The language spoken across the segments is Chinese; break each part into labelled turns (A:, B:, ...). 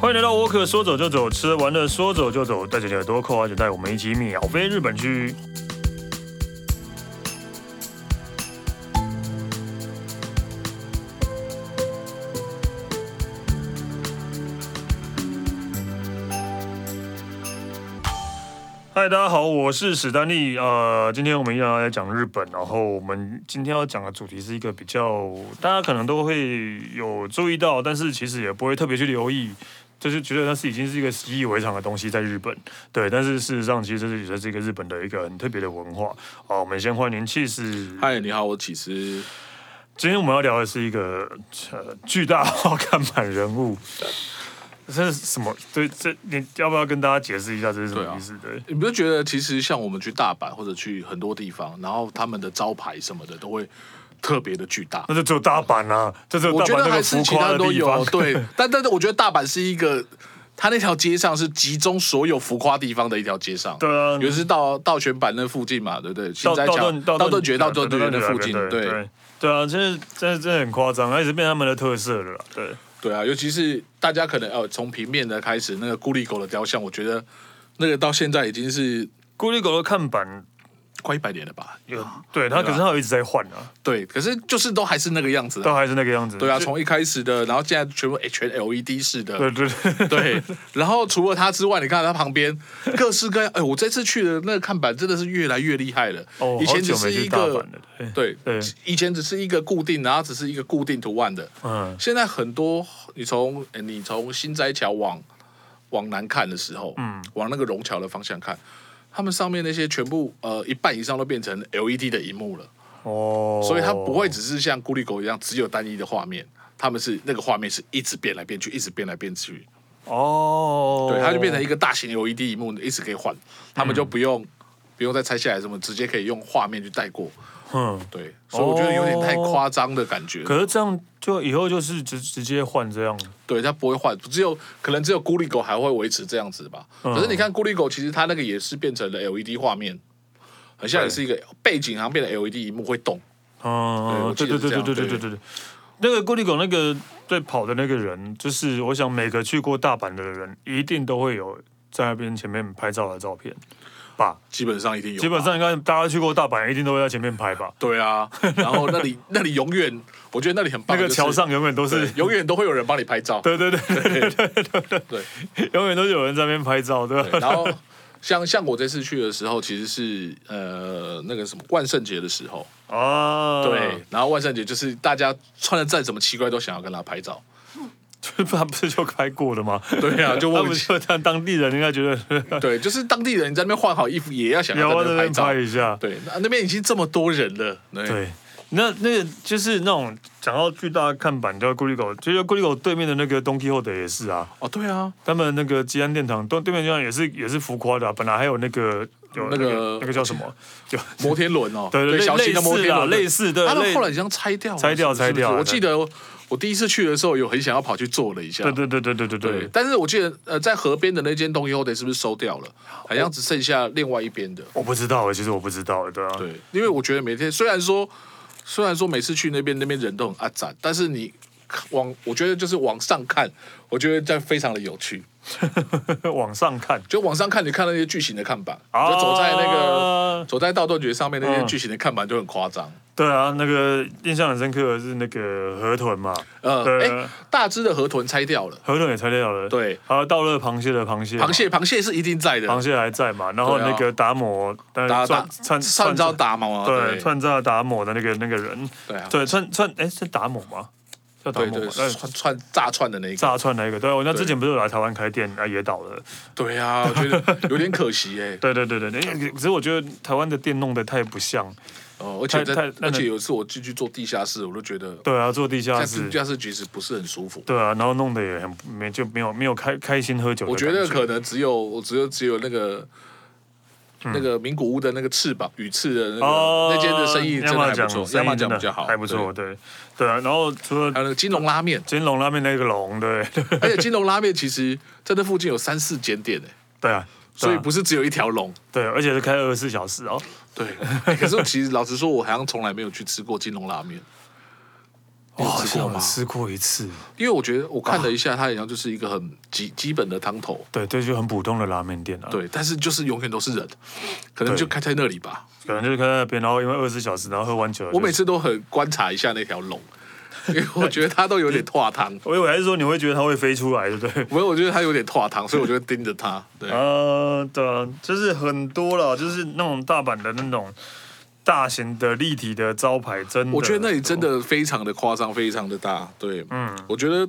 A: 欢迎来到沃克，说走就走，吃完了说走就走，带着你的耳朵扣好就带我们一起秒飞日本去。嗨，大家好，我是史丹利。呃，今天我们一样来讲日本，然后我们今天要讲的主题是一个比较大家可能都会有注意到，但是其实也不会特别去留意，就是觉得它是已经是一个习以为常的东西在日本。对，但是事实上，其实这也是这个日本的一个很特别的文化。好，我们先欢迎气势。
B: 嗨，你好，我其实
A: 今天我们要聊的是一个呃巨大化看板人物， 这是什么？对，这你要不要跟大家解释一下这是什
B: 对
A: 么
B: 啊
A: 意思？对。
B: 你不觉得其实像我们去大阪或者去很多地方，然后他们的招牌什么的都会特别的巨大。
A: 那就只有大阪啊，这只有
B: 我
A: 大
B: 觉
A: 阪
B: 得
A: 这
B: 还
A: 个
B: 是
A: 浮
B: 其
A: 夸
B: 他
A: 的
B: 都
A: 地
B: 有
A: 方。，
B: 对，但但是我觉得大阪是一个，它那条街上是集中所有浮夸地方的一条街上。
A: 对啊
B: 尤其是到道玄坂那附近嘛，对不对？
A: 道
B: 现在
A: 道顿
B: 讲
A: 道
B: 顿崛道
A: 对
B: 顿崛那附近，
A: 对
B: 对
A: 对啊，真是真的真的很夸张，而且变成他们的特色了啦。对，
B: 对啊，尤其是大家可能呃从平面的开始，那个孤立狗的雕像，我觉得那个到现在已经是
A: 孤立狗的看板
B: 快一百年了吧？
A: 有，对它，可是它有一直在换啊，
B: 对，可是就是都还是那个样子啊、
A: 都还是那个样子。
B: 对啊，
A: 就
B: 从一开始的，然后现在全部诶全 LED 式的，
A: 对对对，
B: 对。然后除了它之外，你看它旁边各式各样，哎，我这次去的那个看板真的是越来越厉害了。
A: 哦，
B: 以
A: 好
B: 前只
A: 久
B: 是
A: 没
B: 一
A: 去大阪
B: 个
A: 了。对，对
B: 对以前只是一个固定，然后只是一个固定图案的。
A: 嗯
B: 现在很多，你从诶你从新斋桥往往南看的时候，嗯，往那个虹桥的方向看，他们上面那些全部呃一半以上都变成 LED 的荧幕了。
A: 哦，
B: 所以它不会只是像孤立狗一样只有单一的画面，他们是那个画面是一直变来变去，一直变来变去，
A: 哦，
B: 对，它就变成一个大型 LED 荧幕，一直可以换，他们就不用、不用再拆下来什么，直接可以用画面去带过，
A: 嗯。
B: 对，所以我觉得有点太夸张的感觉，
A: 可是这样就以后就是直直接换这样，
B: 对，它不会换，只有可能只有孤立狗还会维持这样子吧，
A: 嗯
B: 可是你看孤立狗其实它那个也是变成了 LED 画面，很像也是一个背景，好像变成 LED 荧幕会动，
A: 嗯，对
B: 对
A: 对
B: 我记
A: 对对对
B: 得是这
A: 对
B: 样
A: 对对对。那个孤立狗那个对跑的那个人，就是我想每个去过大阪的人，一定都会有在那边前面拍照的照片吧。
B: 基本上一定有吧，
A: 基本上应该大家去过大阪，一定都会在前面拍吧。
B: 对啊， 然后那 里那里永远，我觉得那里很棒
A: 那
B: 的
A: 个
B: 就是，
A: 桥上永远都是
B: 对，，永远都会有人帮你拍照，
A: 对对对，
B: 对，
A: 永远都有人在那边拍照，对吧？
B: 对然后像像我这次去的时候，其实是呃那个什么万圣节的时候，
A: 啊，
B: 对，，然后万圣节就是大家穿的再怎么奇怪都想要跟他拍照，
A: 他 不是就拍过了吗？
B: 对啊，就
A: 他
B: 莫
A: 不
B: 名其
A: 就当当地人应该觉 得
B: 对，就是当地人你在那边换好衣服也要想
A: 也要
B: 要
A: 在啊那
B: 在那
A: 边
B: 边
A: 拍
B: 拍照，
A: 一下。
B: 对，那那边已经这么多人了，对，
A: 对，那那个就是那种讲到巨大的看板叫孤立狗，就是孤立狗对面的那个东 o 后的也是啊，
B: 哦对啊，
A: 他们那个吉安殿堂对对面像也是也是浮夸的啊、本来还有那个有那
B: 那
A: 个
B: 个
A: 那个叫什 么，有
B: 摩天轮哦，
A: 对类
B: 小型的摩天轮，
A: 类似的
B: 他
A: 类
B: 们
A: 似
B: 后来好像拆掉了，
A: 拆掉
B: 是不
A: 拆
B: 是
A: 掉了
B: 我记得我第一次去的时候，有很想要跑去坐了一下。
A: 对对对对对对
B: 对
A: 对，
B: 但是我记得呃，在河边的那间东西后得是不是收掉了？好像只剩下另外一边的。
A: 我不知道，其实我不知道，对啊，
B: 对，因为我觉得每天虽然说虽然说每次去那边那边人都很阿展，但是你往我觉得就是往上看，我觉得这样非常的有趣。
A: 往上看，
B: 就往上看，你看那些巨型的看板，
A: 啊
B: 就走在那个走在道顿崛上面那些
A: 嗯
B: 巨型的看板就很夸张。
A: 啊对啊，那个印象很深刻的是那个河豚嘛，
B: 呃，
A: 对
B: 哎，大只的河豚拆掉了。
A: 河豚也拆掉了，，
B: 对，
A: 还有到了螃蟹的螃蟹嘛，
B: 螃蟹螃蟹是一定在的，
A: 螃蟹还在嘛，然后
B: 对啊
A: 那个达摩，但
B: 打
A: 串
B: 打
A: 串
B: 串招打毛啊，
A: 对，串炸达摩的那个那个人，
B: 对啊，
A: 对，串串哎是达摩吗？叫达
B: 对
A: 摩
B: 对
A: 吗？哎
B: 串串炸串的那一个，
A: 炸串那一个，对我那
B: 对
A: 之前不是有来台湾开店啊，也倒了。
B: 对啊，我觉得有点可惜哎，
A: 对对对对，哎可是我觉得台湾的店弄得太不像。
B: 哦，而且在
A: 太太
B: 而且有一次我进去做地下室，我都觉得
A: 对啊，做地下
B: 在地
A: 室。
B: 下室其实不是很舒服。
A: 对啊，然后弄得也很没就没有没有开开心喝酒的
B: 我
A: 感。嗯
B: 觉得可能只有我只有只有那个。那个名古屋的那个翅膀羽翅的那
A: 哦
B: 个，那间的生意真的还不错，
A: 生
B: 亚麻
A: 意真
B: 酱
A: 的
B: 比较好，
A: 还不错。对对啊，然后除
B: 对。
A: 了，
B: 还有那个金龙拉面
A: 金龙拉面那个龙，对 啊
B: 而且金龙拉面其实在那附近有三四间店诶，欸
A: 对啊，
B: 所
A: 对
B: 以
A: 啊
B: 不是只有一条龙。哎
A: 对，而且是开二十四小时哦。
B: 对，可是我其实老实说，我好像从来没有去吃过金龙拉面。你有
A: 好
B: 吃
A: 像
B: 过
A: 有
B: 吗？
A: 吃过一次，
B: 因为我觉得我看
A: 啊
B: 了一下，它好像就是一个很基基本的汤头，
A: 对，这就很普通的拉面店啊。，
B: 对，但是就是永远都是人，可能
A: 对
B: 就开在那里吧。
A: 可能就是开在那边，然后因为二十四小时，然后喝完酒。
B: 我每，次都很观察一下那条龙，因为我觉得它都有点化汤，
A: 我以为还是说你会觉得它会飞出来，对不对？
B: 没有，我觉得它有点化汤，所以我就会盯着它。对，
A: 呃，对啊，就是很多了，就是那种大阪的那种大型的立体的招牌，真的，
B: 我觉得那里真的非常的夸张，非常的大。对，哦嗯，我觉得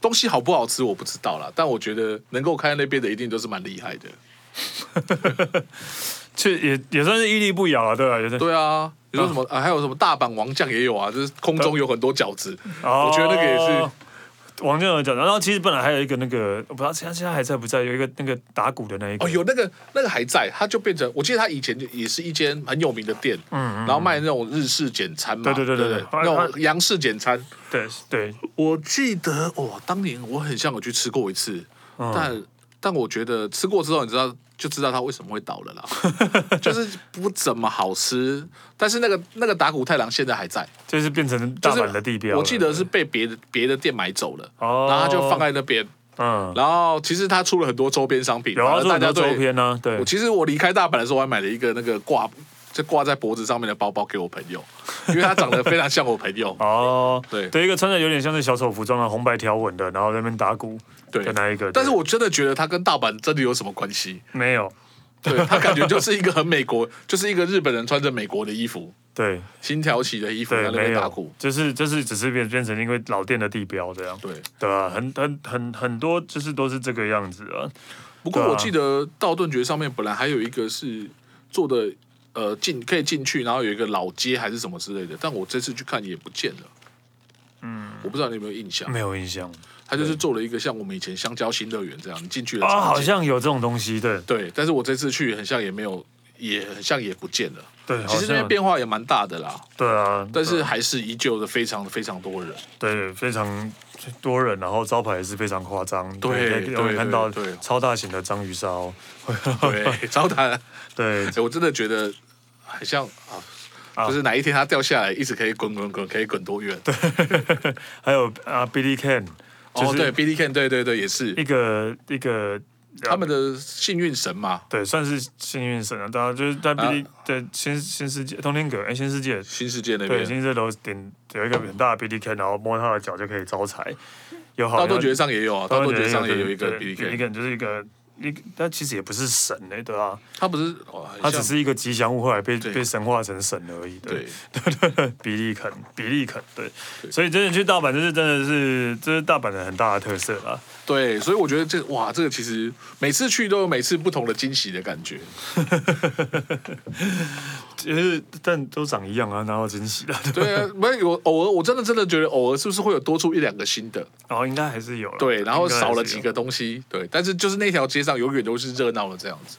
B: 东西好不好吃我不知道啦，但我觉得能够开在那边的一定都是蛮厉害的。
A: 确也也算是屹立不摇了，对吧、啊？也是，
B: 对啊，你说什么啊？还有什么大阪王酱也有啊，就是空中有很多饺子，
A: 我
B: 我觉得那个也是。
A: 啊王健儿讲的，然后其实本来还有一个那个，我不知道现在现在还在不在，有一个那个打鼓的那一个，
B: 哦，有那个那个还在，它就变成，我记得它以前就也是一间很有名的店，嗯，然后卖那种日式简餐嘛，
A: 对对对对
B: 对
A: 对它
B: 那种洋式简餐。
A: 对对，
B: 我记得哦，当年我很像有去吃过一次，
A: 嗯
B: 但但我觉得吃过之后，你知道就知道它为什么会倒了 啦，就是不怎么好吃。但是那个那个打鼓太郎现在还在，
A: 就是变成
B: 就
A: 大
B: 是
A: 阪的地标了。
B: 我记得是被别的别的店买走了，
A: 哦
B: 然后它就放在那边。
A: 嗯，
B: 然后其实它出了很多周边商品，
A: 有啊，
B: 反
A: 做
B: 呃正大
A: 很
B: 家
A: 多
B: 对
A: 周边呢、对。
B: 我，其实我离开大阪的时候，我还买了一个那个挂就挂在脖子上面的包包给我朋友，因为他长得非常像我朋友
A: 哦，
B: 对
A: 对，一个穿着有点像是小丑服装的啊红白条纹的，然后在那边打鼓
B: 对
A: 的那一个，
B: 但是
A: 对
B: 我真的觉得他跟大阪真的有什么关系？
A: 没有，
B: 对他感觉就是一个很美国，就是一个日本人穿着美国的衣服，
A: 对
B: 新挑起的衣服在
A: 对，
B: 那
A: 没
B: 边打
A: 有
B: 鼓，。
A: 就是就是只是变变成因为老店的地标这样，
B: 对，
A: 对啊，很很很很多就是都是这个样子啊，
B: 不过
A: 对啊
B: 我记得道顿崛上面本来还有一个是做的，呃，进可以进去，然后有一个老街还是什么之类的，但我这次去看也不见了。嗯，我不知道你有没有印象，
A: 没有印象
B: 他就是做了一个像我们以前香蕉新乐园这样，你进去了
A: 啊，好像有这种东西，对
B: 对，但是我这次去很像也没有，也很像也不见了。
A: 对，好
B: 其实那
A: 像
B: 边变化也蛮大的啦，
A: 对啊，
B: 但是还是依旧的非常非常 多人。
A: 对，非常多人，然后招牌也是非常夸张，
B: 对
A: 可以有
B: 对
A: 看到
B: 对对
A: 超大型的章鱼烧，
B: 对，招谈，哎
A: 对，
B: 我真的觉得很像啊。
A: 啊
B: 就是哪一天它掉下来，一直可以滚滚滚，可以滚多远？对，
A: 还有啊，Billy Can，就
B: 哦，对
A: 是
B: ，B D Can，对对对，也是
A: 一个、一个
B: 他们的幸运神嘛，
A: 对，算是幸运神啊，大家就是在 Billy 的新新世界通天阁，哎，新世界
B: 新世界那
A: 对，
B: 边，
A: 新世界楼顶有一个很大的 Billy Can，然后摸他的脚就可以招财，有好
B: 道
A: 像
B: 顿崛上也有啊，道顿崛上也有一个 B D
A: Billy
B: Can，
A: Can，就是一个。一个，但其实也不是神哎、对吧、
B: 它不是，哦
A: 它
B: 很
A: 只
B: 像
A: 是一个吉祥物，后来被
B: 对
A: 被神化成神而已。
B: 对，
A: 比利肯，比利肯，对，所以真的去大阪，就是真的是，这是大阪的很大的特色啦。
B: 对，所以我觉得这哇，这个其实每次去都有每次不同的惊喜的感觉。
A: 其实但都长一样啊，哪有惊喜的？
B: 对啊， 没有偶尔，我真的真的觉得偶尔是不是会有多出一两个新的？
A: 然后哦应该还是有了，
B: 对，然后
A: 应该还是
B: 少了
A: 有
B: 几。个东西，对，但是就是那条街上永远都是热闹的这样子。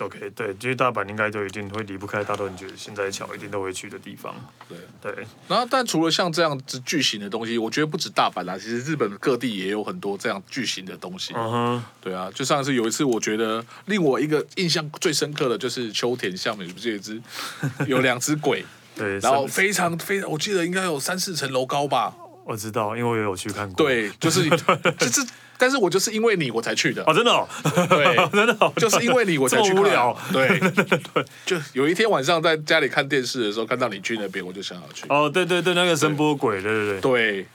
A: OK，对，就是大阪应该都一定会离不开大东觉现在桥一定都会去的地方。
B: 对，
A: 对，
B: 然后但除了像这样子巨型的东西，我觉得不止大阪啦，啊其实日本各地也有很多这样巨型的东西。
A: 嗯哼，
B: 对啊，就上次有一次，我觉得令我一个印象最深刻的就是秋田下面不是有一只 有两只鬼，
A: 对，
B: 然后
A: 上
B: 非常非常，我记得应该有三四层楼高吧。
A: 我知道，因为我也有去看过。
B: 对， 就是就是，但是我就是因为你我才去的
A: 啊，，真的哦，
B: 对
A: 真的哦，
B: 就是因为你我才去
A: 这
B: 看啊
A: 么无聊，
B: 对就有一天晚上在家里看电视的时候，看到你去那边，我就想要去。
A: 哦，对对对，那个声波鬼，对对对，
B: 对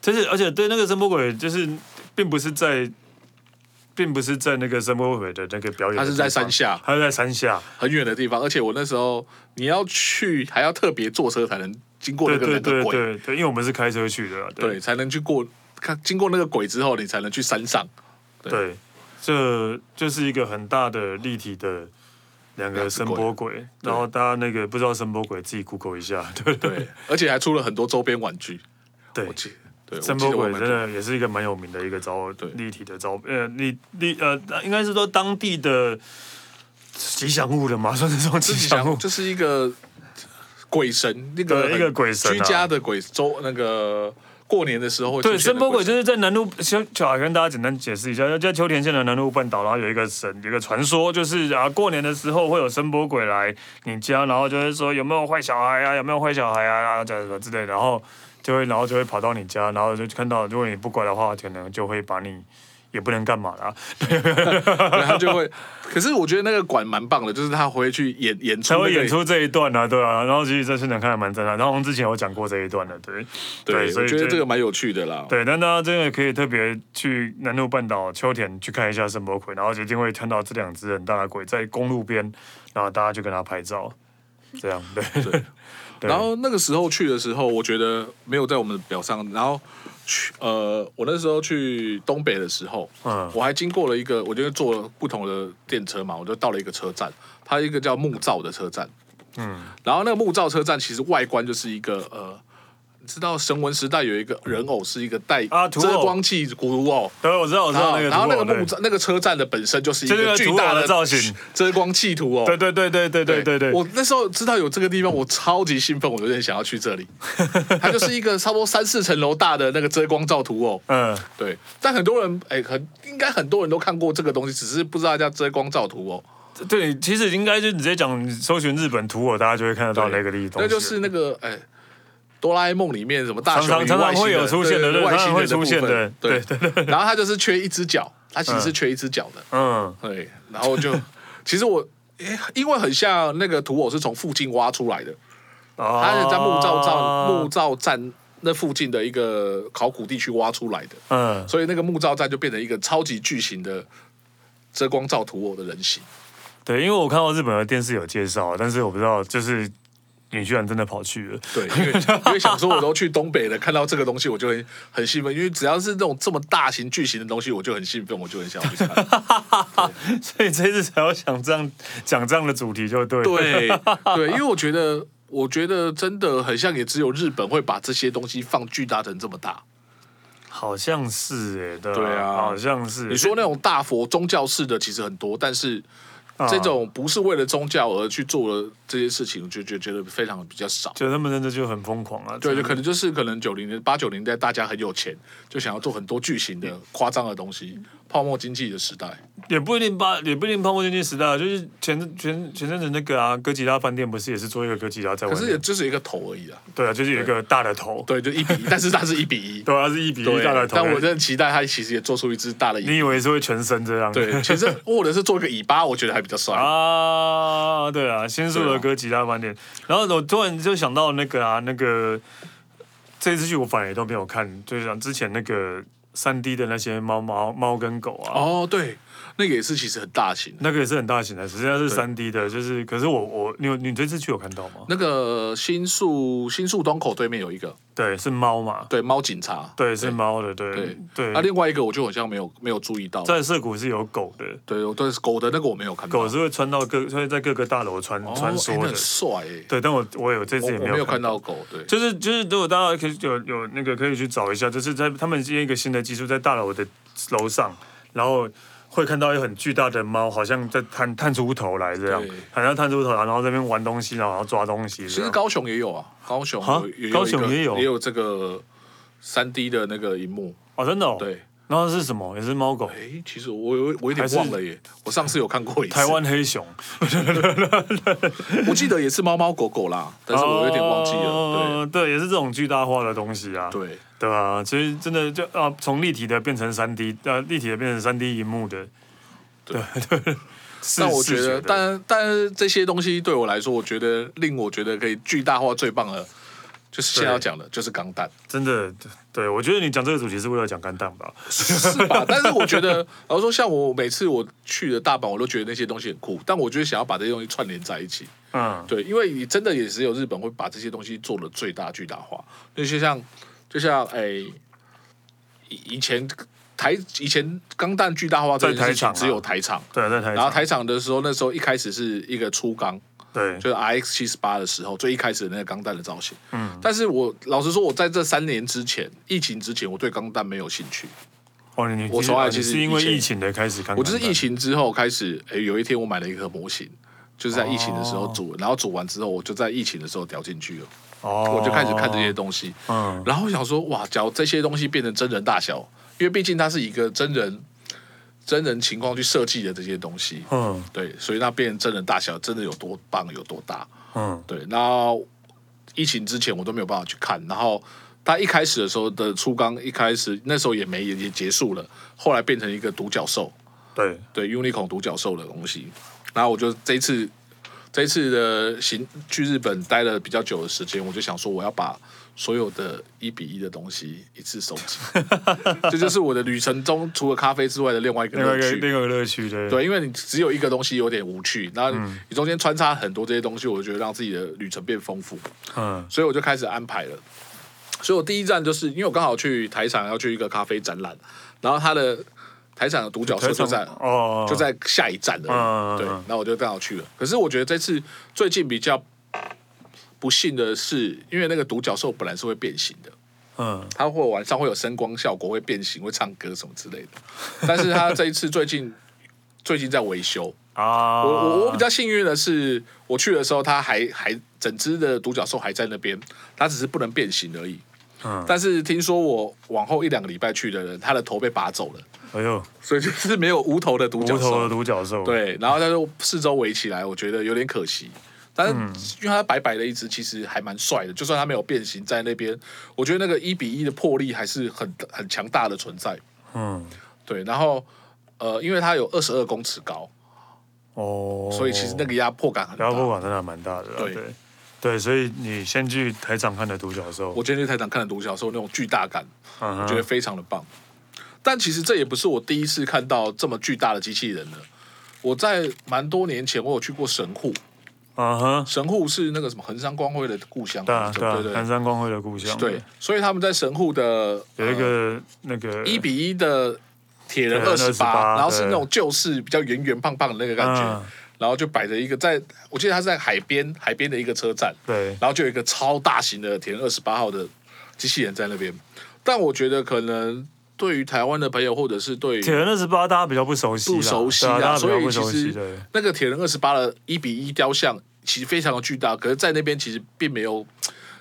A: 就是而且对那个声波鬼，就是并不是在，并不是在那个声波鬼的那个表演的地方，
B: 它是在山下
A: 它是在山下，
B: 很远的地方，而且我那时候你要去，还要特别坐车才能经过那
A: 对
B: 个
A: 对
B: 那
A: 对
B: 个鬼，
A: 对对，因为我们是开车去的啊，
B: 对，才能去过。看经过那个鬼之后，你才能去山上。
A: 对，这就是一个很大的立体的两个声波鬼，然后大家那个不知道声波鬼自己 Google 一下，对对
B: 对，而且还出了很多周边玩具。我
A: 对。
B: 记，对，我
A: 声
B: 记
A: 波
B: 得我
A: 鬼
B: 们
A: 真的也是一个蛮有名的一个招
B: 对
A: 立体的招呃立立呃应该是说当地的吉祥物了嘛，算是这种吉
B: 自己
A: 祥物
B: 想，就是一个鬼神，那个
A: 对一个鬼神啊
B: 居家的鬼周那个过年的时候会
A: 对，
B: 出现
A: 声
B: 的
A: 波鬼
B: 神
A: 就是在南路，先就好跟大家简单解释一下，就在秋田县的南路半岛，然后有一个神，有一个传说，就是啊，过年的时候会有声波鬼来你家，然后就是说有没有坏小孩啊，有没有坏小孩啊，啊这样子之类的，然后就会然后就会跑到你家，然后就看到如果你不乖的话，可能就会把你也不能干嘛啦，
B: 然后就会。可是我觉得那个馆蛮棒的，就是他回去演演出、
A: 才
B: 那个，
A: 会演出这一段啊，对啊。然后其实在现场看还蛮震撼，然后我们之前有讲过这一段的，对
B: 对，
A: 所
B: 我
A: 以
B: 觉得这个蛮有趣的啦。
A: 对，但大家真的可以特别去南陆半岛秋田去看一下圣魔鬼，然后一定会看到这两只很大的鬼在公路边，然后大家就跟他拍照，这样对。对
B: 然后那个时候去的时候，我觉得没有在我们的表上。然后去呃，我那时候去东北的时候，
A: 嗯
B: 我还经过了一个，我就坐了不同的电车嘛，我就到了一个车站，它一个叫木造的车站。
A: 嗯，
B: 然后那个木造车站其实外观就是一个呃，你知道神文时代有一个人偶是一个戴
A: 啊土偶
B: 遮光器古偶，
A: 对，我知道，我知
B: 然
A: 道
B: 后
A: 那个图偶，
B: 然后那个
A: 对
B: 木造那个车站的本身就是一
A: 就是那个
B: 个巨
A: 土
B: 大
A: 偶的造型
B: 遮光器图偶。
A: 对对对对对对对对，
B: 我那时候知道有这个地方，我超级兴奋，我有点想要 去这里。它就是一个差不多三四层楼大的那个遮光罩图偶，哦
A: 嗯，
B: 对。但很多人哎、很应该很多人都看过这个东西，只是不知道它叫遮光罩图哦偶。
A: 对，其实应该就直接讲搜寻日本土偶，大家就会看得到
B: 对
A: 那个地方。
B: 那就是那个哎、哆啦 A 梦里面什么大
A: 常
B: 雄
A: 常
B: 与
A: 常常
B: 外星
A: 会有
B: 人
A: 出现的
B: 对对
A: 对
B: 外
A: 常
B: 星
A: 常
B: 人
A: 会出现
B: 部分
A: 的对
B: 对对。然后它就是缺一只脚，它其实是缺一只脚的。
A: 嗯，
B: 对，然后就其实我。哎因为很像那个土偶是从附近挖出来的，它
A: 他
B: 是在木造站
A: 嗯哦
B: 木，造站那附近的一个考古地区挖出来的，
A: 嗯，
B: 所以那个木造站就变成一个超级巨型的遮光罩土偶的人形。
A: 对，因为我看到日本的电视有介绍，但是我不知道，就是你居然真的跑去了，
B: 对，因为因为想说我都去东北了，看到这个东西我就很很兴奋，因为只要是那种这么大型巨型的东西，我就很兴奋，我就很想要去看。
A: 所以这次才要想这样讲这样的主题就对了。
B: 对对，因为我觉得。我觉得真的很像，也只有日本会把这些东西放巨大成这么大。
A: 好像是哎，对
B: 对啊
A: 好像是。
B: 你说那种大佛宗教式的其实很多，但是
A: 啊
B: 这种不是为了宗教而去做了这些事情，就就觉得非常比较少。
A: 就他们真的就很疯狂啊，
B: 对，
A: 真
B: 就
A: 的
B: 可能就是可能九零年八九零代大家很有钱，就想要做很多巨型的夸张的东西，泡沫经济的时代。
A: 也不一定八，也不一定泡沫经济时代啊，就是前前前阵子那个啊，哥吉拉饭店不是也是做一个哥吉拉在外
B: 可是也
A: 面，
B: 就是一个头而已啊，
A: 对啊，就是有一个大的头，
B: 对，就一比一，但是它是一比一，
A: 对啊，是一比一
B: 对
A: 大的。头。欸
B: 但我真的期待它其实也做出一只大的尾，
A: 你以为是会全身这样？
B: 对，其实或者是做一个尾巴，我觉得还比较帅。
A: 啊，对啊，先说
B: 对
A: 了
B: 啊
A: 哥吉拉饭店，然后我突然就想到那个啊，那个这一次去我反而都没有看，就是像之前那个三 D 的那些猫猫猫跟狗啊，
B: 哦，对，那个也是其实很大型的。
A: 那个也是很大型的，实际上是三 D 的，就是可是我我你有你这次去有看到吗？
B: 那个新宿新宿东口对面有一个，
A: 对，是猫嘛？
B: 对，猫警察。
A: 对，是猫的，对
B: 对
A: 对
B: 啊，。另外一个我就好像没有没有注意到，
A: 在涩谷是有狗的，
B: 对，我对狗的那个我没有看到，
A: 狗是会穿到各会在各个大楼穿
B: 哦
A: 穿
B: 哎
A: 梭
B: 那
A: 的
B: 很，帅哎，
A: 对。但我我有这次也
B: 我我
A: 没
B: 没
A: 有
B: 有
A: 看
B: 看
A: 到。
B: 到狗，对，
A: 就是就是，如果大家可以有有那个可以去找一下，就是在他们建一个新的技术，在大楼的楼上，然后会看到有很巨大的猫，好像在探探出头来这样
B: 对，
A: 好像探出头来，然后在那边玩东西，然后抓东西
B: 其
A: 这
B: 实
A: 样。
B: 高雄也有啊，高雄
A: 哈
B: 有也有一
A: 高雄
B: 个
A: 也有
B: 也有这个三 D 的那个荧幕，
A: 哦，真的哦。。
B: 对，
A: 然后是什么？也是猫狗，
B: 哎，其实我有我有
A: 还
B: 点
A: 是
B: 忘了耶，我上次有看过一次，
A: 台湾黑熊。
B: 我记得也是猫猫狗狗啦，但是我有点忘记了，
A: 哦对，也是这种巨大化的东西啊。
B: 对对
A: 对啊，其实真的就啊，从立体的变成三 D，呃，立体的变成三 D 荧幕的。对对。视
B: 但我
A: 视
B: 觉
A: 觉
B: 得，
A: 的
B: 但但是这些东西对我来说，我觉得令我觉得可以巨大化最棒的，就是现在要讲的，就是钢弹，
A: 真的，对我觉得你讲这个主题是为了讲干蛋吧？
B: 是吧？但是我觉得，然后说像我每次我去的大阪，我都觉得那些东西很酷，但我就是想要把这些东西串联在一起。
A: 嗯，
B: 对，因为你真的也只有日本会把这些东西做的最大巨大化，那就像就像哎，以以前台以前钢弹巨大化这件
A: 在台
B: 事情
A: 场啊
B: 只有台场，
A: 对，在台
B: 然后
A: 场，
B: 台场的时候，那时候一开始是一个粗钢，
A: 对，
B: 就是 RX 七十八的时候，最一开始的那个钢弹的造型。
A: 嗯，
B: 但是我老实说，我在这三年之前，疫情之前，我对钢弹没有兴趣。
A: 哦，你你
B: 我从来
A: 你
B: 其实
A: 是因为
B: 以前
A: 疫情的开始看，
B: 我就是疫，情之后开始，哎、有一天我买了一个模型，就是在疫情的时候组，然后组完之后，我就在疫情的时候掉进去了，
A: 哦，
B: 我就开始看这些，东西。
A: 嗯，
B: 然后我想说，哇，假如这些东西变成真人大小，因为毕竟它是一个真人真人情况去设计的这些东西，
A: 嗯
B: 对，所以它变成真人大小，真的有多棒有多大。
A: 嗯，
B: 对，那疫情之前我都没有办法去看，然后它一开始的时候的初刚一开始那时候也没也也结束了，后来变成一个独角兽，
A: 对，
B: 对 Unicorn 独角兽的东西。然后我就这一次这一次的行去日本待了比较久的时间，我就想说我要把所有的一比一的东西一次收 集，这就是我的旅程中除了咖啡之外的另外一个
A: 另外一
B: 乐
A: 个
B: 趣。
A: 另外一个乐趣，对，
B: 对，因为你只有一个东西有点无趣，那
A: 嗯
B: 你中间穿插很多这些东西，我觉得让自己的旅程变丰富，
A: 嗯
B: 所以我就开始安排了。所以我第一站就是因为我刚好去台场要去一个咖啡展览，然后它的台场的独角兽就在
A: 哦，
B: 就在下一站
A: 嗯嗯嗯嗯
B: 了，对，那我就刚好去了。可是我觉得这次最近比较不幸的是，因为那个独角兽本来是会变形的，
A: 嗯
B: 它会晚上会有声光效果，会变形，会唱歌什么之类 的。但是它这一次最近最近在维修，
A: 啊，
B: 我我我比较幸运的是，我去的时候它还还整只的独角兽还在那边，它只是不能变形而已。
A: 嗯
B: 但是听说我往后一两个礼拜去的人，他的头被拔走了，
A: 哎呦，
B: 所以就是没有无头的独
A: 无
B: 角兽
A: 头的独角兽，，
B: 对，然后它就四周围起来，我觉得有点可惜。但是
A: 嗯
B: 因为它白白的一只，其实还蛮帅的。就算它没有变形在那边，我觉得那个一比一的魄力还是很很强大的存在。
A: 嗯
B: 对，然后呃，因为它有二十二公尺高，
A: 哦，
B: 所以其实那个压迫感很大。
A: 压迫感真的蛮大的啦，
B: 对
A: 对对，所以你先去台场看的独角兽，
B: 我今天去台长看了独角兽那种巨大感，
A: 嗯
B: 我
A: 哼
B: 觉得非常的棒。但其实这也不是我第一次看到这么巨大的机器人了。我在蛮多年前，我有去过神户，
A: 嗯哼，
B: 神户是那个什么横山光辉的故乡，
A: 对啊对啊
B: 对，对
A: 寒山光辉的故乡，
B: 对，，所以他们在神户的呃
A: 有一个那个
B: 一比一的铁人
A: 铁
B: 二
A: 人
B: 十八，
A: 28
B: 然后是那种旧式比较圆圆胖胖的那个感觉
A: 嗯，
B: 然后就摆着一个在，我记得他是在海边海边的一个车站，
A: 对，
B: 然后就有一个超大型的铁人二十八号的机器人在那边，但我觉得可能对于台湾的朋友或者是对
A: 铁
B: 于
A: 人二十八大家比较不熟悉啦，
B: 不熟悉
A: 对啊，大
B: 啊，
A: 家比
B: 所
A: 较
B: 以
A: 不
B: 其
A: 熟悉，对
B: 实，那个铁人二十八的一比一雕像其实非常的巨大，可是，在那边其实并没有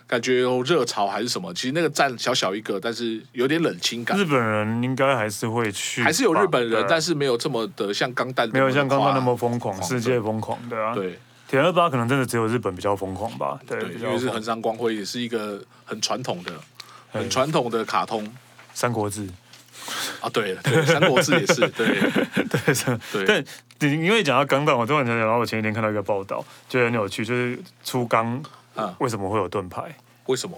B: 感觉有热潮还是什么。其实那个站小小一个，但是有点冷清感
A: 日，本人应该还是会去吧，
B: 还是有日本人，
A: 对
B: 但是没有这么的像钢弹那
A: 没
B: 么
A: 有像刚刚那么
B: 夸
A: 疯狂，
B: 狂
A: 世界疯狂，对啊，
B: 对
A: 铁人二八可能真的只有日本比较疯狂吧，对，
B: 对，
A: 比
B: 因
A: 较
B: 为是
A: 疯
B: 横山光辉，也是一个很传统的、
A: 哎
B: 很传统的卡通
A: 三国志，
B: 啊。对了，对，《三国志》也是对。
A: 对，是
B: 对
A: 但你因为讲到钢弹，我突然想到，我前几天看到一个报道，觉得很有趣，就是出钢
B: 嗯
A: 为什么会有盾牌？
B: 为什么？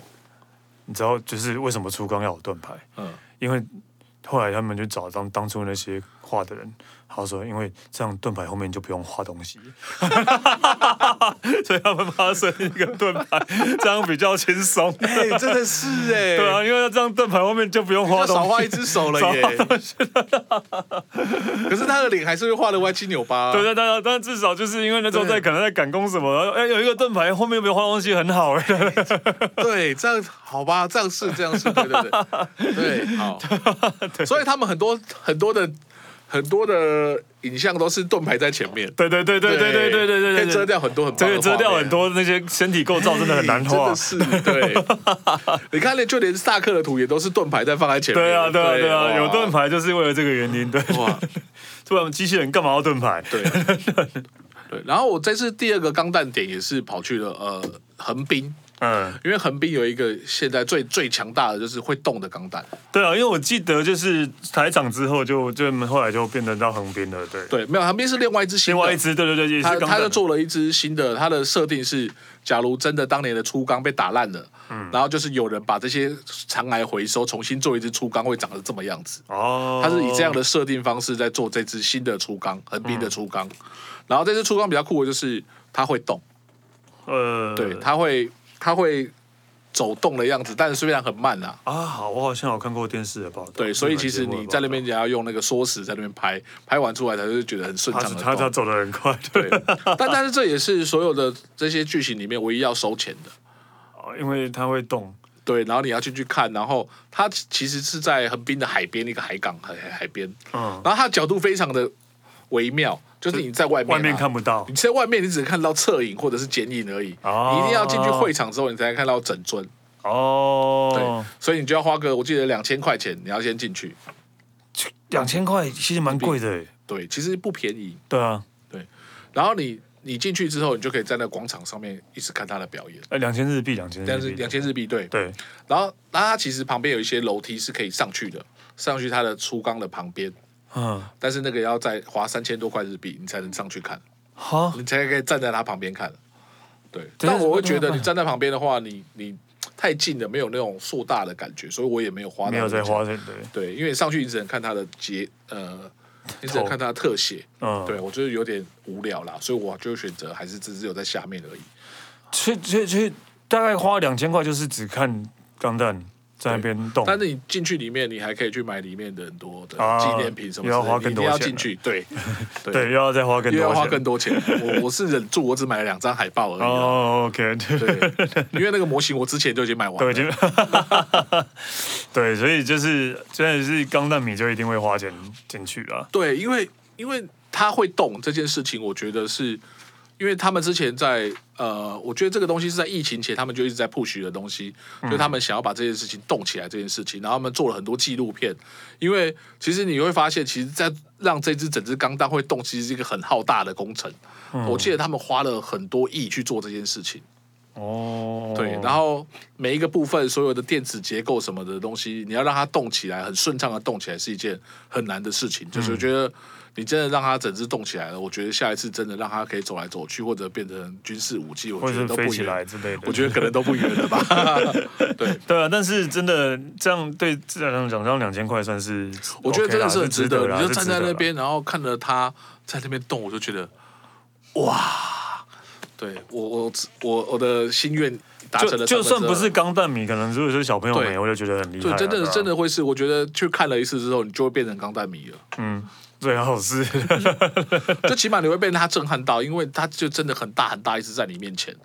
A: 你知道，就是为什么出钢要有盾牌？
B: 嗯，
A: 因为后来他们就找当当初那些画的人，他说，因为这样盾牌后面就不用画东西， 所以他们发生一个盾牌，这样比较轻松。
B: 哎，真的是哎，
A: 对，啊，因为这样盾牌后面就不用画
B: 要
A: 东
B: 少
A: 西。
B: 画一只手了耶。 可是他的脸还是会画的歪七扭八啊。
A: 对对对，但至少就是因为那时候在
B: 对
A: 可能在赶工什么，哎，有一个盾牌后面没有画东西，很好哎、
B: 对，这样好吧，这样是这样是，对对对，对，好， 所以他们很多很多的很多的影像都是盾牌在前面，
A: 对对对对对对对对对对，
B: 可以遮掉很多很棒
A: 这
B: 的
A: 个遮掉很
B: 画
A: 多那些身体构造真的很
B: 面，
A: 难画。
B: 真的是对。你看，连就连萨克的图也都是盾牌在放在前 面，
A: 对啊，对啊，对啊，有盾
B: 牌，
A: 牌就是为了这个原因。对，
B: 哇，
A: 突然机器人干嘛要盾牌？
B: 对。对，然后我这次第二个钢弹点也是跑去了呃横滨，
A: 嗯，
B: 因为横滨有一个现在最最强大的就是会动的钢弹，
A: 对啊，因为我记得就是台场之后就就后来就变成到横滨了，对。
B: 对，没有横滨是另外一支新
A: 另
B: 的，
A: 外一只，对对对，也
B: 他
A: 是刚
B: 他就做了一支新的，他的设定是，假如真的当年的粗钢被打烂了，
A: 嗯
B: 然后就是有人把这些长癌回收，重新做一支粗钢，会长得这么样子。
A: 哦，
B: 他是以这样的设定方式在做这支新的粗钢，横滨的粗钢。
A: 哦
B: 然后这支粗钢比较酷的就是它会动，
A: 呃，
B: 对，它会它会走动的样子，但是虽然很慢啦、
A: 啊，好，我好像有看过电视的报道。
B: 对，所以其实
A: 日本
B: 你
A: 节目的报道
B: 在那边也要用那个缩时在那边拍，拍完出来才会觉得很顺
A: 他
B: 畅
A: 是
B: 的
A: 他他
B: 动。
A: 走的很快，
B: 对，但但是这也是所有的这些剧情里面唯一要收钱的。
A: 哦 因为他会动。
B: 对，然后你要进去看，然后它其其实是在横滨的海边一个海港海海海边，
A: 嗯，
B: 然后它的角度非常的微妙，就是你在外面、啊，
A: 外面看，不到
B: 你在外面你只能看到侧影或者是剪影而已，
A: 哦
B: 你一定要进去会场之后你才能看到整尊，
A: 啊
B: 对，
A: 哦。
B: 所以你就要花个我记得两千块钱，你要先进去，
A: 两千块其实蛮贵的耶，
B: 对，其实不便宜，
A: 对啊，
B: 对，然后你你进去之后，你就可以在那广场上面一直看他的表演。
A: 呃，两千日币，两千日
B: 但是
A: 币，
B: 两千日币对，
A: 对，
B: 然后然后它其实旁边有一些楼梯是可以上去的，上去它的出缸的旁边，
A: 嗯，
B: 但是那个要再花三千多块日币，你才能上去看，
A: 好，
B: 你才可以站在它旁边看。对，
A: 等一下
B: 但我会
A: 那
B: 觉得
A: 那
B: 你站在旁边的话，你你太近了，没有那种硕大的感觉，所以我也没有花到
A: 没有在
B: 那个钱。
A: 花钱，对，
B: 对，因为你上去你只能看它的结，呃，你只能
A: 头
B: 看它的特写。
A: 嗯，
B: 对，我就是有点无聊啦，所以我就选择还是只是有在下面而已。
A: 去去去，大概花两千块，就是只看钢弹在那边动，
B: 但是你进去里面，你还可以去买里面的很多的
A: 啊
B: 纪念品什么之类的，
A: 又要花更多
B: 你一定要
A: 钱
B: 进去， 对
A: 对，又要再花更
B: 又要
A: 多
B: 花
A: 钱
B: 更。多钱。我我是忍住，我只买了两张海报而已啊、
A: 哦，OK，
B: 对，因为那个模型我之前就已经买完
A: 都
B: 了
A: 已。经， 对，所以就是真的是钢弹迷就一定会花钱进去啊啦。
B: 对，因为因为他会动这件事情，我觉得是因为他们之前在呃，我觉得这个东西是在疫情前他们就一直在 push 的东西，就他们想要把这件事情动起来这件事情，然后他们做了很多纪录片，因为其实你会发现，其实，在让这只整只钢弹会动，其实是一个很浩大的工程。我记得他们花了很多亿去做这件事情。
A: 哦，
B: 对，然后每一个部分所有的电子结构什么的东西，你要让它动起来，很顺畅的动起来是一件很难的事
A: 嗯
B: 情。就是我觉得你真的让它整只动起来了，我觉得下一次真的让它可以走来走去，或者变成军事武器，我
A: 或
B: 觉
A: 者是
B: 得都
A: 飞
B: 不
A: 起来
B: 远。
A: 之类的，
B: 我觉得可能都不远 了吧。对，
A: 对啊，但是真的这样对这样讲，让两千块算是 OK 啦，
B: 我觉得真的是很值
A: 值
B: 得。
A: 啦
B: 你就是站
A: 值
B: 在
A: 得
B: 那
A: 啦
B: 边，然后看着它在那边动，我就觉得哇，对我我我我的心愿达成
A: 就
B: 了。
A: 就算不是钢弹迷，可能如果是小朋友
B: 对
A: 迷，我就觉得很厉害
B: 对
A: 啊。，
B: 真的
A: 啊
B: 真，的会是，我觉得去看了一次之后，你就会变成钢弹迷了。
A: 嗯，最好是
B: 就起码你会被他震撼到，因为他就真的很大很大一只在你面前。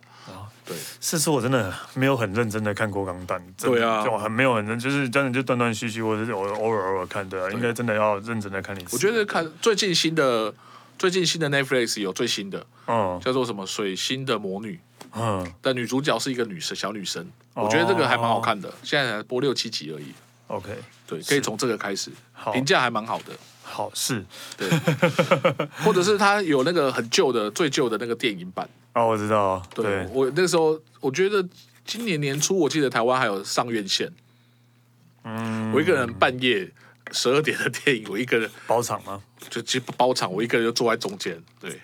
B: 对，
A: 哦是说我真的没有很认真的看过钢弹，真的
B: 对啊
A: 就很没有很认，就是真的就断断续续，或者是偶偶尔偶尔看的，应该真的要认真的看一次。
B: 我觉得看最近新的最近新的 Netflix 有最新的
A: 嗯
B: 叫做什么《水星的魔女》，
A: 嗯
B: 但女主角是一个女生小女生，
A: 哦
B: 我觉得这个还蛮好看的，现在才播六七集而已。
A: ，OK，
B: 对，可以从这个开始
A: 好，
B: 评价还蛮好的。
A: 好是
B: 对，或者是他有那个很旧的、最旧的那个电影版。
A: 哦，我知道，
B: 对
A: 对，
B: 我那时候，我觉得今年年初，我记得台湾还有上院线。
A: 嗯，
B: 我一个人半夜十二点的电影，我一个人
A: 包场吗？
B: 就就包场，我一个人就坐在中间。对，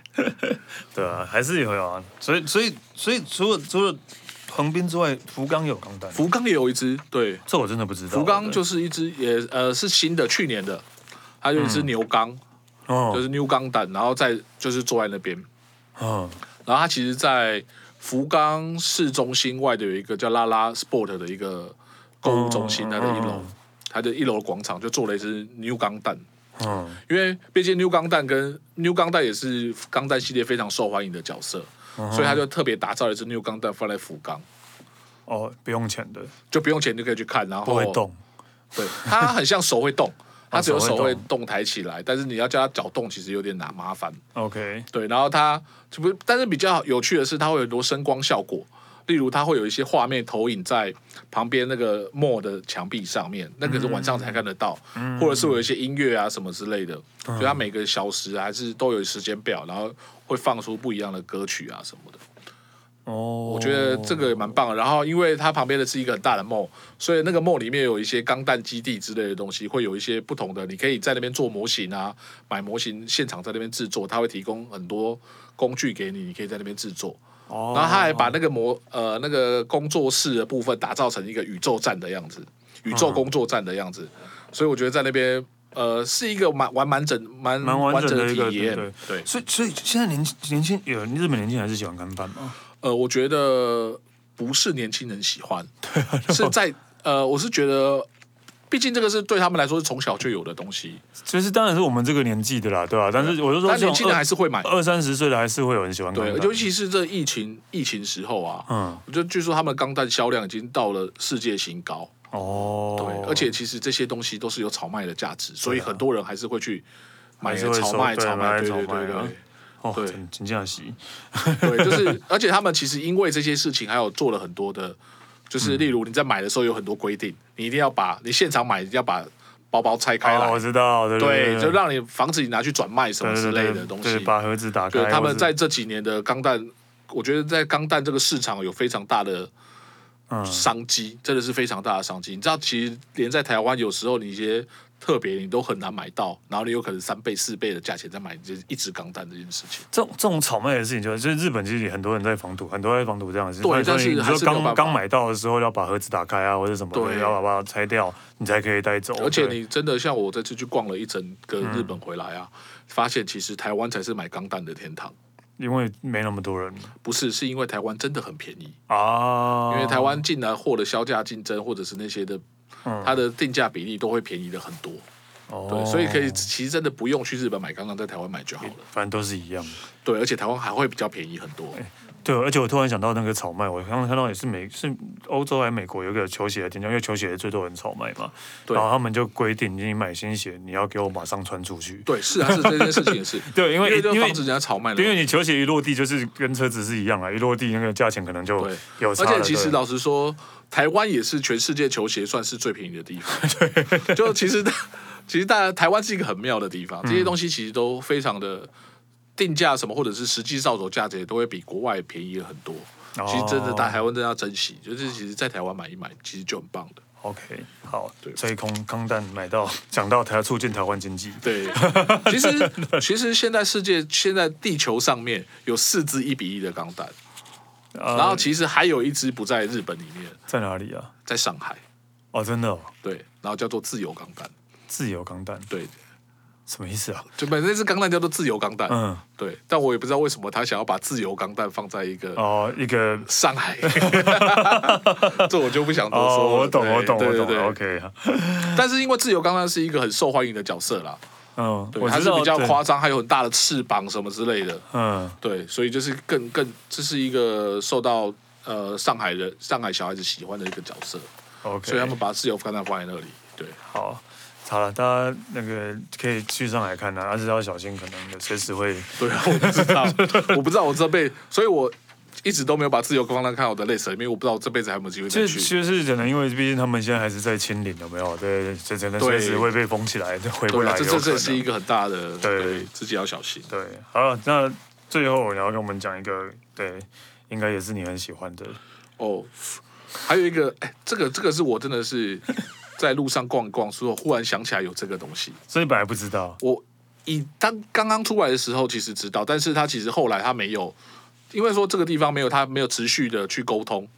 A: 对啊，还是有啊，所以所以所以除了除了横滨之外，福冈有钢弹，
B: 福冈也有一只，对，
A: 这我真的不知道。
B: 福冈
A: 对
B: 就是一只也呃是新的，去年的，还有一只牛钢，
A: 嗯哦，
B: 就是牛钢蛋，然后再就是坐在那边，
A: 嗯
B: 然后它其实，在福冈市中心外的有一个叫拉拉 Sport 的一个购物中心，
A: 嗯
B: 它的一楼
A: 嗯，
B: 它的一楼广场就做了一只牛钢蛋。
A: 嗯
B: 因为毕竟 New 钢弹跟 New 钢弹也是钢弹系列非常受欢迎的角色，
A: 嗯
B: 所以他就特别打造了一只 New 钢弹放在福冈，
A: 哦，不用钱的，
B: 就不用钱就可以去看，然后
A: 不会，动。哦
B: 对，它很像手 会动，它只有
A: 手
B: 手
A: 会
B: 会
A: 动
B: 动抬起来，但是你要叫它脚动，其实有点难麻烦，
A: OK，
B: 对，然后它就不，但是比较有趣的是，它会有很多声光效果。例如，它会有一些画面投影在旁边那个墨的墙壁上面，那个是晚上才看得到，或者是有一些音乐啊什么之类的，所以它每个小时还是都有时间表，然后会放出不一样的歌曲啊什么的。
A: 哦，
B: 我觉得这个也蛮棒的。然后，因为它旁边的是一个很大的梦，所以那个梦里面有一些钢弹基地之类的东西，会有一些不同的。你可以在那边做模型啊，买模型现场在那边制作，它会提供很多工具给你，你可以在那边制作。
A: 哦，
B: 然后他还把那个模呃那个工作室的部分打造成一个宇宙站的样子，宇宙
A: 嗯
B: 工作站的样子。所以我觉得在那边呃是一个蛮完蛮整蛮
A: 蛮完整的一个
B: 体验。
A: 对
B: 对，
A: 所以所以现在年年轻有日本年轻人还是喜欢干饭吗？
B: 呃，我觉得不是年轻人喜 欢，
A: 啊
B: 是在呃，我是觉得，毕竟这个是对他们来说是从小就有的东西，
A: 就是当然是我们这个年纪的啦，对吧、但是我就说
B: 啊但
A: 这种
B: 年轻人
A: 二
B: 还是会买。
A: 二三十岁的还是会有人喜欢干
B: 对，
A: 饭，
B: 尤其是这疫情疫情时候啊，
A: 嗯
B: 我就据说他们钢弹销量已经到了世界新高。
A: 哦，啊
B: 对，而且其实这些东西都是有炒卖的价值，所以很多人还是会去买
A: 还是会
B: 炒
A: 收
B: 卖、
A: 对
B: 炒卖，
A: 买来
B: 对
A: 炒
B: 对
A: 卖
B: 对
A: 啊
B: 对。
A: 哦，
B: 对
A: 真真这样洗，
B: 对，就是，而且他们其实因为这些事情，还有做了很多的，就是例如你在买的时候有很多规定，你一定要把你现场买一定要把包包拆开
A: 哦，
B: 来，
A: 我知道，对
B: 对，
A: 对，
B: 就让你防止你拿去转卖什么
A: 对
B: 之
A: 对
B: 类
A: 对
B: 的东
A: 对
B: 西。
A: 把盒子打
B: 对，
A: 开。
B: 他
A: 或
B: 们
A: 是
B: 在这几年的钢弹，我觉得在钢弹这个市场有非常大的
A: 嗯
B: 商机，真的是非常大的商机。你知道，其实连在台湾，有时候你一些特别你都很难买到，然后你有可能三倍四倍的价钱在买这一只钢弹这件事情。
A: 这种这种炒卖的事情，就是就是日本其实也很多人在防堵，很多人在防堵这样的事情。所
B: 对
A: 以
B: 但是
A: 你
B: 还
A: 说
B: 是没有办法
A: 刚刚买到的时候要把盒子打开啊，或者什么的，
B: 对
A: 要把它拆掉，你才可以带走。
B: 而且
A: 哦对
B: 你真的像我这次去逛了一整个日本回来啊，发现其实台湾才是买钢弹的天堂，
A: 因为没那么多人
B: 不是是因为台湾真的很便宜。
A: 啊，
B: 因为台湾进来货的销价竞争，或者是那些的，
A: 嗯
B: 它的定价比例都会便宜的很多，
A: 哦
B: 对，所以可以，其实真的不用去日本买，刚刚在台湾买就好了，
A: 反正都是一样。
B: 对，而且台湾还会比较便宜很多，
A: 哎对，而且我突然想到那个草麦，我刚刚看到也是美是欧洲还是美国有一个球鞋的店家，因为球鞋最多人草麦嘛，
B: 对
A: 然后他们就规定你买新鞋，你要给我马上穿出去。
B: 对，是啊，是这件事情也是，
A: 对，因
B: 因
A: 为
B: 为就
A: 因为
B: 防止人家炒卖了
A: 因。为你球鞋一落地就是跟车子是一样啊，一落地那个价钱可能就
B: 对
A: 有差
B: 而
A: 了。
B: 且其实
A: 对
B: 老实说，台湾也是全世界球鞋算是最便宜的地 方。对，就其实大其实大家台湾是一个很妙的地方，
A: 嗯
B: 这些东西其实都非常的定价什么，或者是实际造手价值也都会比国外便宜很多。
A: 哦
B: 其实真的大台湾真的要珍惜，就是其实在台湾买一买，其实就很棒的。
A: OK 好，
B: 对
A: 所以空钢弹买到讲到台促进台湾经济，
B: 对，其实其实现在世界现在地球上面有四支一比一的钢弹，
A: 然
B: 然后其实还有一支不在日本里面，
A: 在哪里啊？
B: 在上海，
A: 哦，真的、哦、
B: 对，然后叫做自由钢弹，
A: 自由钢弹
B: 对，
A: 什么意思啊？
B: 就本来那只钢弹叫做自由钢弹，
A: 嗯，
B: 对，但我也不知道为什么他想要把自由钢弹放在一个
A: 哦，一个
B: 上海，这我就不想多说了。
A: 哦，我懂，
B: 对
A: 我懂，
B: 对
A: 我
B: 对
A: 懂
B: 对
A: 了，OK 啊，
B: 但是因为自由钢弹是一个很受欢迎的角色啦，
A: 嗯，
B: 对，
A: 我
B: 它
A: 知
B: 是
A: 道
B: 比较
A: 对
B: 夸张，还有很大的翅膀什么之类的，
A: 嗯，
B: 对，所以就是更更这是一个受到呃上海人上海小孩子喜欢的一个角色，
A: OK，
B: 所以他们把自由钢弹放在那里，对。
A: 好，好了，大家那个可以去上海看啊，但是要小心，可能随时会
B: 对啊，我不知道， 我不知道我这辈，所以我一直都没有把自由放在看我的 list 里面，我不知道我这辈子还有没有机会再
A: 就
B: 去。
A: 就是可能因为毕竟他们现在还是在清零，有没有？对，这真的
B: 对
A: 随时会被封起来，就回不
B: 对
A: 来
B: 啊，
A: 有
B: 这
A: 可能。
B: 这这是一个很大的，
A: 对
B: 自己要小心。
A: 对，好了，那最后你要跟我们讲一个，对，应该也是你很喜欢的，
B: 哦，还有一个，哎，这个这个是我真的是在路上逛一逛，说忽然想起来有这个东西。
A: 所以本来不知道
B: 我以当刚刚出来的时候其实知道，但是他其实后来他没有，因为说这个地方没有他没有持续的去沟通。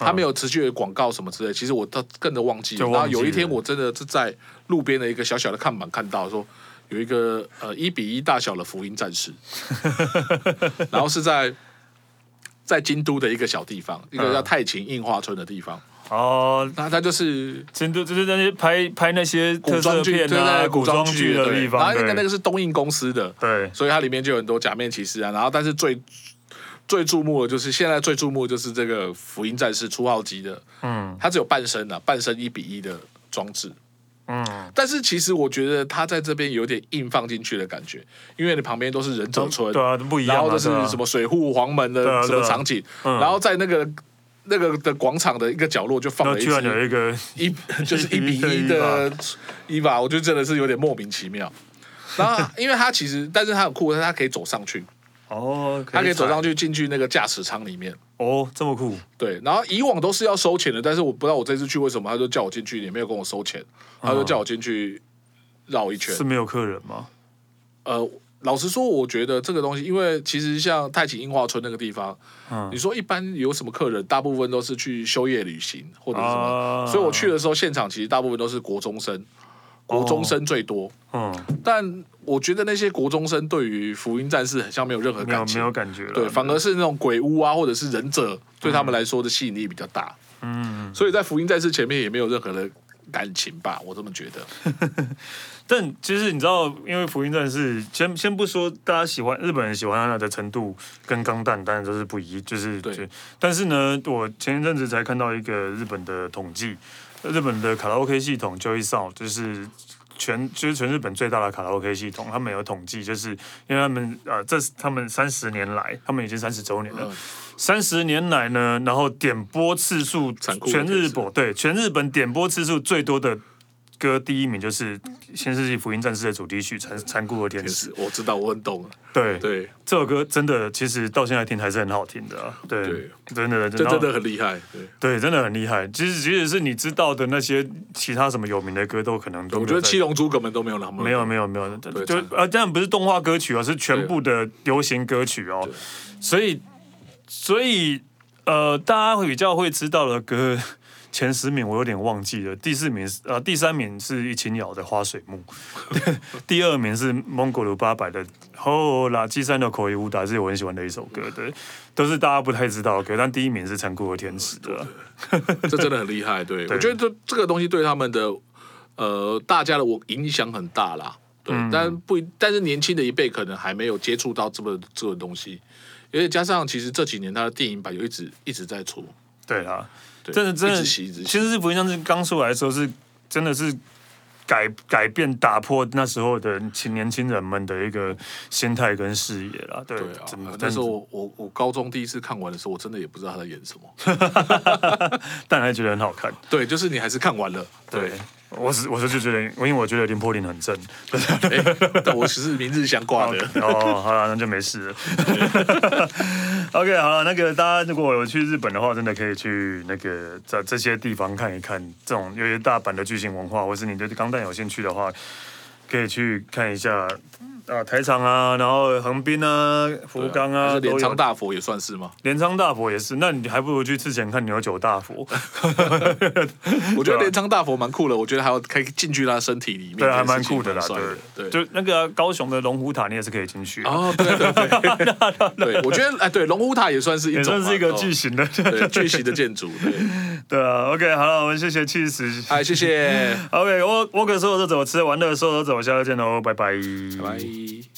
B: 他没有持续的广告什么之类，其实我到更的忘记了。
A: 嗯就
B: 然
A: 忘
B: 后
A: 记
B: 有一天，
A: 了
B: 我真的是在路边的一个小小的看板看到说，有一个呃一比一大小的福音 战士，然后是在在京都的一个小地方，一个叫
A: 嗯
B: 太秦映画村的地方。
A: 哦。
B: 那它就是
A: 真的就是那些拍拍那些
B: 古
A: 特
B: 装
A: 色
B: 剧，
A: 片
B: 对
A: 啊、
B: 对，
A: 古装剧的
B: 对
A: 地
B: 然
A: 方，
B: 后那个那
A: 对
B: 个是东映公司的，
A: 对
B: 所以它里面就有很多假面骑士啊。然后，但是最最注目的就是现在最注目的就是这个福音战士初号机的，
A: 嗯
B: 它只有半身啊，半身一比一的装置。
A: 嗯，
B: 但是其实我觉得它在这边有点硬放进去的感觉，因为你旁边都是忍者村，
A: 对啊，不一样
B: 然
A: 啊，
B: 后这是
A: 对啊
B: 什么水户黄门的
A: 对啊
B: 什
A: 对啊
B: 么场景，
A: 嗯
B: 然后在那个那个的广场的一个角落就放
A: 啊然
B: 了
A: 后
B: 一
A: 居然有
B: 只
A: 一个
B: 一 就是一比一的伊娃，我觉得真的是有点莫名其妙。然后，因为它其实，但是它很酷，它可以走上去，
A: 哦，
B: 它可以走上
A: 去
B: 去进去那个驾驶舱里面。
A: 哦，这么酷，
B: 对，然后以往都是要收钱的，但是我不知道我这次去为什么，他就叫我进去，也没有跟我收钱，他就叫我进去绕一圈
A: 是。没有客人吗？
B: 呃，老实说，我觉得这个东西，因为其实像太极樱花村那个地方，
A: 嗯
B: 你说一般有什么客人，大部分都是去休业旅行或者是什么，
A: 啊
B: 所以我去的时候，现场其实大部分都是国中生，国
A: 哦
B: 中生最多。
A: 嗯，
B: 但我觉得那些国中生对于福音战士很像没有任何
A: 没有
B: 感
A: 没
B: 情，
A: 有感觉了，
B: 对，反而是那种鬼屋啊，或者是忍者，对他们来说的吸引力比较大。
A: 嗯，
B: 所以在福音战士前面也没有任何的感情吧，我这么觉得。
A: 但其实你知道，因为福音战士，先先不说大家喜欢日本人喜欢它的程度跟钢弹当然都是不一，就是
B: 对
A: 就但是呢，我前一阵子才看到一个日本的统计，日本的卡拉 OK 系统 Joy Sound 就是。全就是全日本最大的卡拉 OK 系统，他们有统计，就是因为他们呃，这是他们三十年来，他们已经三十周年了
B: 嗯，
A: 三十、年来呢，然后点播次数
B: 残酷的
A: 全
B: 电
A: 日
B: 视
A: 本对全日本点播次数最多的歌第一名就是《新世纪福音战士》的主题曲《残残酷的天
B: 也
A: 使》
B: 是，我知道，我很懂。
A: 对。
B: 对，
A: 这首歌真的，其实到现在听还是很好听的、啊，对，
B: 对
A: 真的，
B: 这
A: 真
B: 真的很厉害。对，
A: 对，真的很厉害。其实，即使是你知道的那些其他什么有名的歌，都可能都
B: 我
A: 没
B: 觉
A: 有
B: 得
A: 在
B: 七龙珠根本都没有那么
A: 没有没有没有，
B: 对
A: 就
B: 真
A: 呃，当然不是动画歌曲哦，是全部的流行歌曲哦
B: 对。
A: 所以，所以呃，大家会比较会知道的歌，前十名我有点忘记了，第四名是呃，第三名是一青鸟的《花水 木》，第二名是蒙古鲁八百的《后啦》，第三的《口语舞蹈》是我很喜欢的一首歌，对，都是大家不太知道的歌，但第一名是《残酷的天使》的，
B: 哦这真的很厉害。对，我觉得这这个东西对他们的呃大家的我影响很大啦。对，
A: 嗯
B: 但不一，但是年轻的一辈可能还没有接触到这么这个东西，而且加上其实这几年他的电影版又一直一直在出，
A: 对啊啦。
B: 对，
A: 真的真
B: 一
A: 的，
B: 直洗一直洗
A: 其实是不像是刚出来的时候是真的是改改变打破那时候的青年轻人们的一个心态跟视野啦。对，
B: 对啊
A: 真的，，
B: 那
A: 但
B: 时
A: 是
B: 候我我我高中第一次看完的时候，我真的也不知道他在演什么。
A: 但还觉得很好看。
B: 对，就是你还是看完了。
A: 对，我是我是就觉得，因为我觉得林柏林很正。
B: 对，哎但我其实明日相挂的。
A: 哦，好了，那就没事了。OK，好了，那个大家如果有去日本的话，真的可以去那个在这些地方看一看，这种有些大阪的巨型文化，或是你对钢弹有兴趣的话，可以去看一下啊，台场啊，然后横滨啊，福冈
B: 嗯还
A: 啊，
B: 是镰
A: 都有
B: 仓大佛也算是吗？
A: 镰仓大佛也是，那你还不如去之前看牛九大佛，
B: 我
A: 对
B: 觉得
A: 啊
B: 镰仓大佛蛮酷的，我觉得还有可以进去他身体里面，
A: 对，啊还
B: 这件
A: 蛮
B: 事情
A: 酷的啦，
B: 蛮帅的。
A: 对，
B: 对，
A: 就那个啊高雄的龙虎塔，你也是可以进去啊，
B: 哦，对对 对，对，我觉得哎，对，龙虎塔也算是一
A: 也
B: 种嘛，
A: 算是一个
B: 哦
A: 巨型的，
B: 对巨型的建筑。对，
A: 对啊。OK，好了，我们谢谢气死。
B: 哎，谢谢，
A: 哦 OK，我我可说我是怎么吃，玩乐说我是怎么下，再见喽，拜拜。
B: 拜拜。